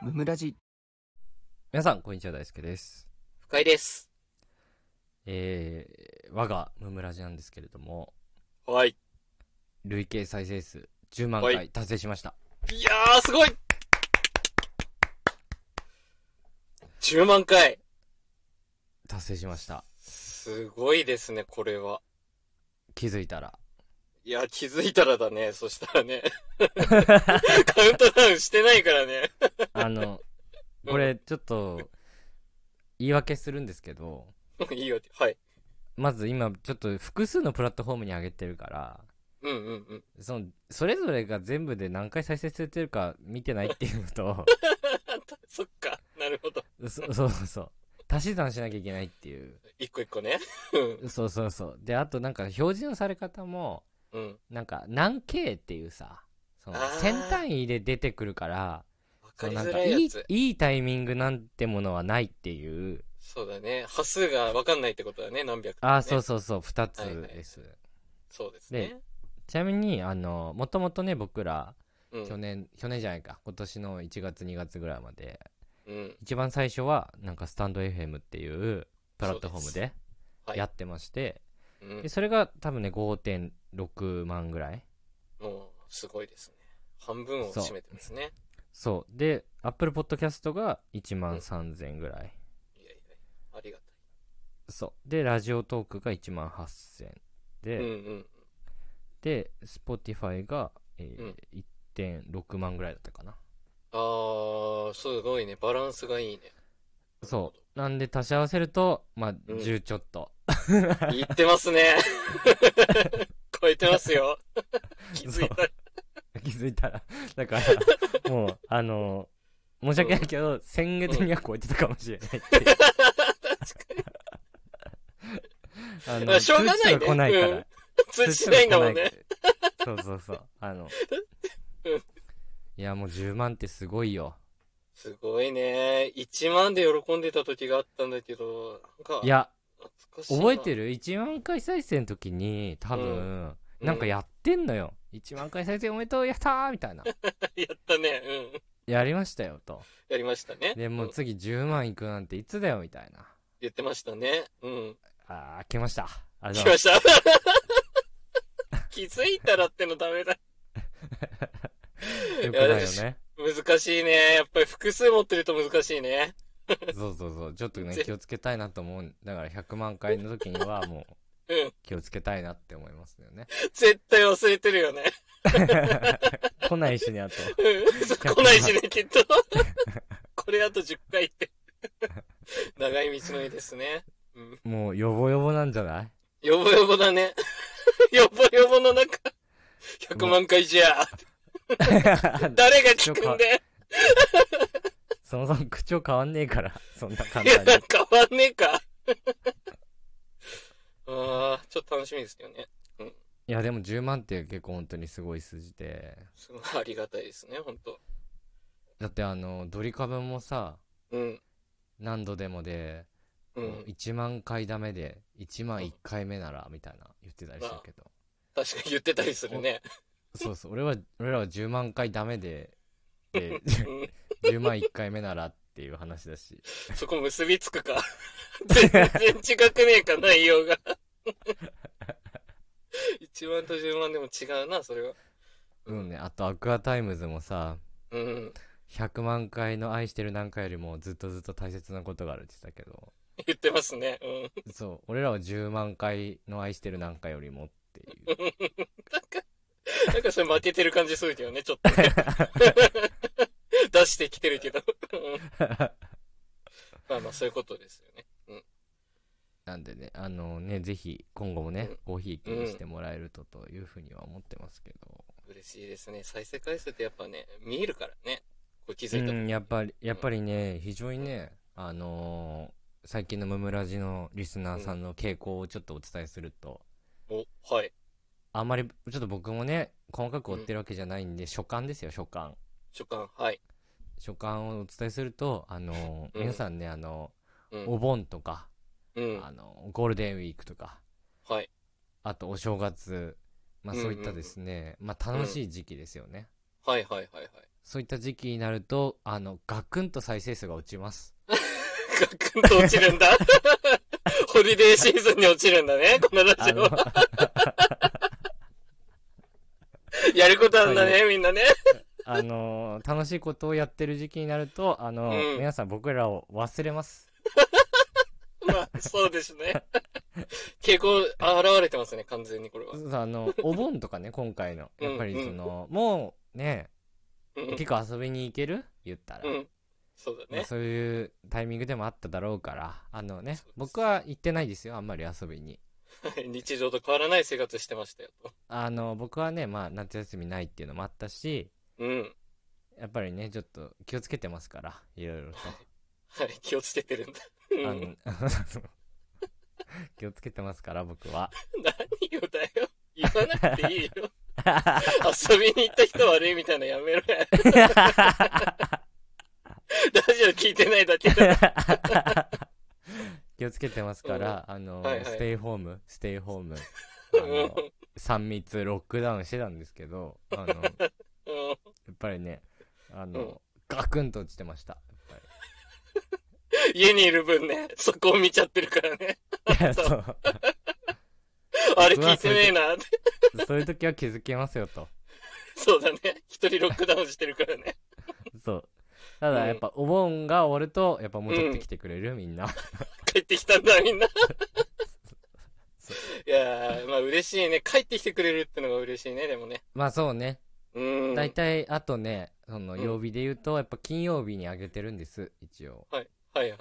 ムムラジ皆さん、こんにちは、大輔です。深井です。えー、我がムムラジなんですけれども、はい。累計再生数10万は回達成しました。いやー、すごい !10 万回達成しました。すごいですね、これは。気づいた ら。いや、気づいたらだね、そしたらね。 カウントダウンしてないからね。 あの、これ、ちょっと、言い訳するんですけど、いいよ、はい。まず今、ちょっと複数のプラットフォームに上げてるから、うんうんうん。その、それぞれが全部で何回再生されてるか見てないっていうのと、 そっか、なるほど。そ そうそうそう。足し算しなきゃいけないっていう。一個一個ね。うんそうそうそう。で、あとなんか表示のされ方も、うん。なんか何 K っていうさそのあー先単位で出てくるからわそかのりなんづからいいやいつ。いいタイミングなんてものはないっていうそうだね。波数がわかんないってことだね、何百とかね、ああ、そうそうそう2つはいはいです、そうですね。ちなみにあのもともとね僕らう去ん。年去年じゃないか今年の1月2月ぐらいまでうん。一番最初はなんかスタンド FM っていうプラットフォームではいやってましてうそんで。それが多分ね5.6万ぐらいもう、すごいですね。半分を占めてますね。そうで Apple Podcast が1万3000ぐらい、いやいや、ありがたい。そう。で、ラジオトークが1万8000。で、うんうん。で、Spotify が、えー1.6万ぐらいだったかな。ああ、すごいね。バランスがいいね。そう。なんで、足し合わせると、まあ、うん10ちょっと。 言ってますね。超えてますよ。気づいた。気づいたら。 だ から、もう、あのー申し訳ないけど、先月には超えてたかもしれないっていう。確 かに。あまあしょうがないね通知と来ないから。うん通知しないんだもんね。そうそうそう。あのうん、いや、もう10万ってすごいよ。すごいね。1万で喜んでた時があったんだけど、なんか、い、や、懐かしいな。覚えてるる1万回再生の時に多分、うんなんかやってんのよ、1万回再生おめでとうやったーみたい なやったね。うん。やりましたよとやりましたね。でもううん次10万いくなんていつだよみたいな言ってましたね。うん。あー来ましたありがとう来まございした。 気づいたらってのダメだ。ますよくいやないよね難しいね。やっぱり複数持ってると難しいね。そうそうそうちょっとねぜ気をつけたいなと思うだから100万回の時にはもううん。気をつけたいなって思いますよね絶対忘れてるよね。来ないしねあとうん来ないしね、きっと。 これあと10回って。 長い道のりですね。うん。もうヨボヨボなんじゃ ないよぼよぼだね。 よぼよぼの中、100万回じゃ。誰が聞くんでそもそも口調変わんねえからそんな簡 いや、単に変わんねえか。 あー、ちょっと楽しみですよね。いやでも10万って結構本当にすごい数字ですごいありがたいですね、ほんと。だってあのドリカムもさうん。何度でもで、うん。 1万回ダメで1万1回目ならみたいな言ってたりしたけど、確かに言ってたりするね。そうそう俺は俺らは10万回ダメで でうん。 10万1回目ならっていう話だしそこ結びつくか。 全然違くねえか、内容が。1万と10万でも違うな、それは。うんねあとアクアタイムズもさうん。 100万回の愛してるなんかよりもずっとずっと大切なことがあるって言ってたけど言ってますね。うん。そう俺らは10万回の愛してるなんかよりもっていうなんかそれ負けてる感じするけどね、ちょっと ね、出してきてるけど。うんまあまあ、そういうことですよね。なんでね、 あのね、ぜひ今後もねうん、コーヒー気にしてもらえるとというふうには思ってますけど。嬉しいですね。再生回数ってやっぱね、見えるからね。こう気うづいた時ん、やっぱり、やっぱりね、非常にね、あのー最近のムムラジのリスナーさんの傾向をちょっとお伝えすると、お、はい。あんまり、ちょっと僕もね、細かく追ってるわけじゃないんで、初感ですよ、初感。初感、はい。初感をお伝えすると、あのーうん皆さんね、あのうおん。盆とか、うん。あのゴールデンウィークとか、はい。あとお正月、まあそういったですね、まあ楽しい時期ですよね。はいはいはいはい。そういった時期になると、あの、ガクンと再生数が落ちます。ガクンと落ちる んだ。ホリデーシーズンに落ちるんだね、このラあジのオ。、やることあんだはね、みんなね。 あの、楽しいことをやってる時期になると、あの、うん皆さん僕らを忘れます。まあ、そうですね。 傾向、現れてますね、完全にこれはそ。うそうあの、お盆とかね、今回の。やっぱりその、もうね、うん結構遊びに行ける言ったら。うん。そうだまあね。 そういうタイミングでもあっただろうから、あのねそうです、僕は行ってないですよ、あんまり遊びに。はい日常と変わらない生活してましたよ。とあの、僕はね、まあ、夏休みないっていうのもあったし、うん。やっぱりね、ちょっと気をつけてますから、いろいろと。はい、気をつけてるんだ。あうんの 気をつけてますから、僕は。何よだよ。言わなくてい いよ。遊びに行った人悪いみたいなのやめろ や。ラジオ聞いてないだけだ。気をつけてますから、あの、はいはいステイホーム、ステイホーム、うあ んの、3密、ロックダウンしてたんですけど、あの、やうんっぱりね、あの、うんガクンと落ちてました。やっ家にいる分ね、そこを見ちゃってるから ね。ぱり いやそうあれ聞いてねえな。 そういう時は気づけますよと。そうだね。一人ロックダウンしてるからね。そう。たうだんやっぱお盆が終わると、やっぱ戻ってきてくれる、みんな。帰ってきたんだ、みんな。い やー、まあ嬉しいね。帰ってきてくれるってのが嬉しいね、でもね。まあそうね。うん。は大い。体、あとね、そのうん曜日で言うと、やっぱ金曜日にあげてるんです、一応。はいはいはい。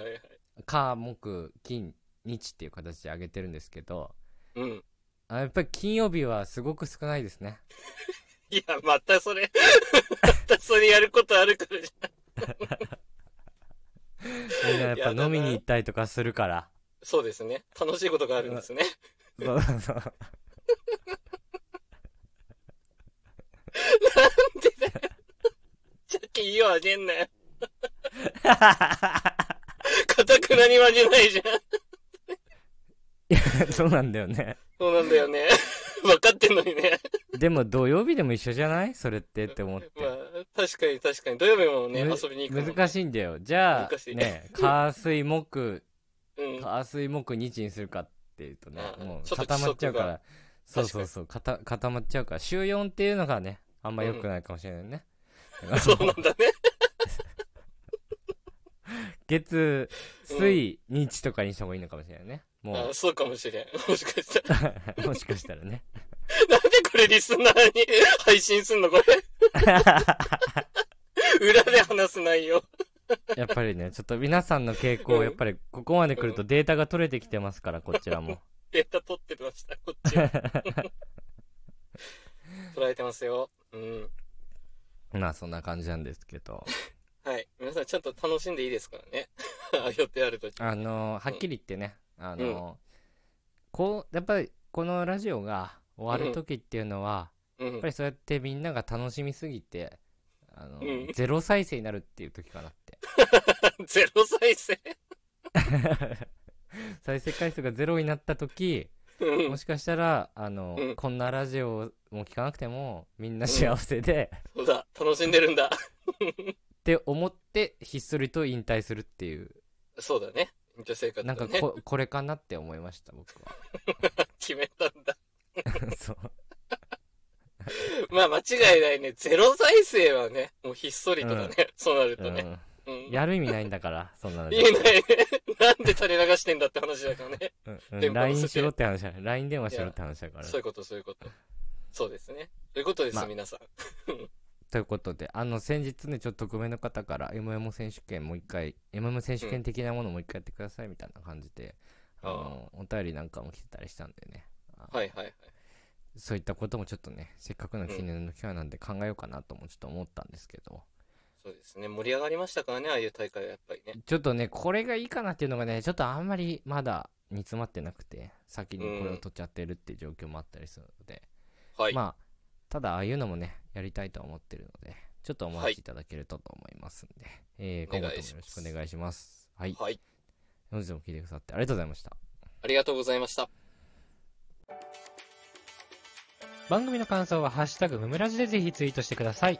火、木、金、日っていう形であげてるんですけど、うん。あやっぱり金曜日はすごく少ないですね。いや、またそれ、 またそれやることあるからじゃん。みんなやっぱ やだな飲みに行ったりとかする から。そうですね。楽しいことがあるんですね。そうそうそう。じゃあ、いいよ、あげんなよ。かたくなに負けないじゃん。いや そうなんだよね。そうなんだ よね。分かってんのにね。でも土曜日でも一緒じゃないそれってって思って。 まあ、確かに確かに。土曜日もね、む遊びに行くの。難しいんだよじゃ難しいあ ね火水木うん。火水木日にするかっていうとねうんもちょうっと固まっちゃうから規則そがうそうそう固固まっちゃうから週4っていうのがねあんま良くないかもしれないね、そうなんだね。月水日とかにした方がいいのかもしれないねもあそうかもしれん。もしかしたら。う もしかしたらねなんでこれリスナーに配信すん のこれ。裏で話す内容。やっぱりねちょっと皆さんの傾向うんやっぱりここまで来るとデータが取れてきてますからこちらもデータ取ってました、こっちは。 捉えてますよ。うん。 まあそんな感じなんですけどはい。皆さんちゃんと楽しんでいいですからね。 予定あるとき。あのーはっきり言ってね、あのーこうやっぱりこのラジオが終わる時っていうのは、うやんっぱ。りそうやってみんなが楽しみすぎて、あのーうんゼロ再生になるっていう時かなって ゼロ再生。再生回数がゼロになった時うんも。しかしたら、あのーうんこんなラジオも聞かなくてもみんな幸せで、っそうだ。楽しんでるんだ。て思ってひっそりと引退するっていう、そうだね。女性活なんだかね。ここれかなって思いました僕 は決めたんだ。そうまあ間違いないね。ゼロ再生はね、もうひっそりとだね。 そうなるとうね。ん、うん。やる意味ないんだからそんなの言えないね。 なんで垂れ流してんだって話だから ね。うん電う話ん、LINE の設定しろって話だ LINE 電話しろって話だからそういうこと、そういうこと。そうですね。そういうことです、まあ皆さん。ということであの先日ねちょっと匿名の方から MM 選手権もう一回 MM 選手権的なものもう一回やってくださいみたいな感じで、あーあのお便りなんかも来てたりしたんでねはいはいはい。そういったこともちょっとねせっかくの記念の機会なんで考えようかなともちょっと思ったんですけど、そうですね。盛り上がりましたからね、ああいう大会はやっぱりね。ちょっとねこれがいいかなっていうのがねちょっとあんまりまだ煮詰まってなくて先にこれを取っちゃってるっていう状況もあったりするので、はい。まあただああいうのもねやりたいと思ってるのでちょっとお待ちいただけるとと思いますんで、えー今後ともよろしくお願いしますはいはい。本日も聞いてくださってありがとうございましたありがとうございました。番組の感想は「ハッシュタグむむらじ」でぜひツイートしてください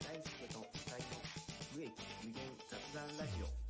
大輔と二人の無益無限雑談ラジオ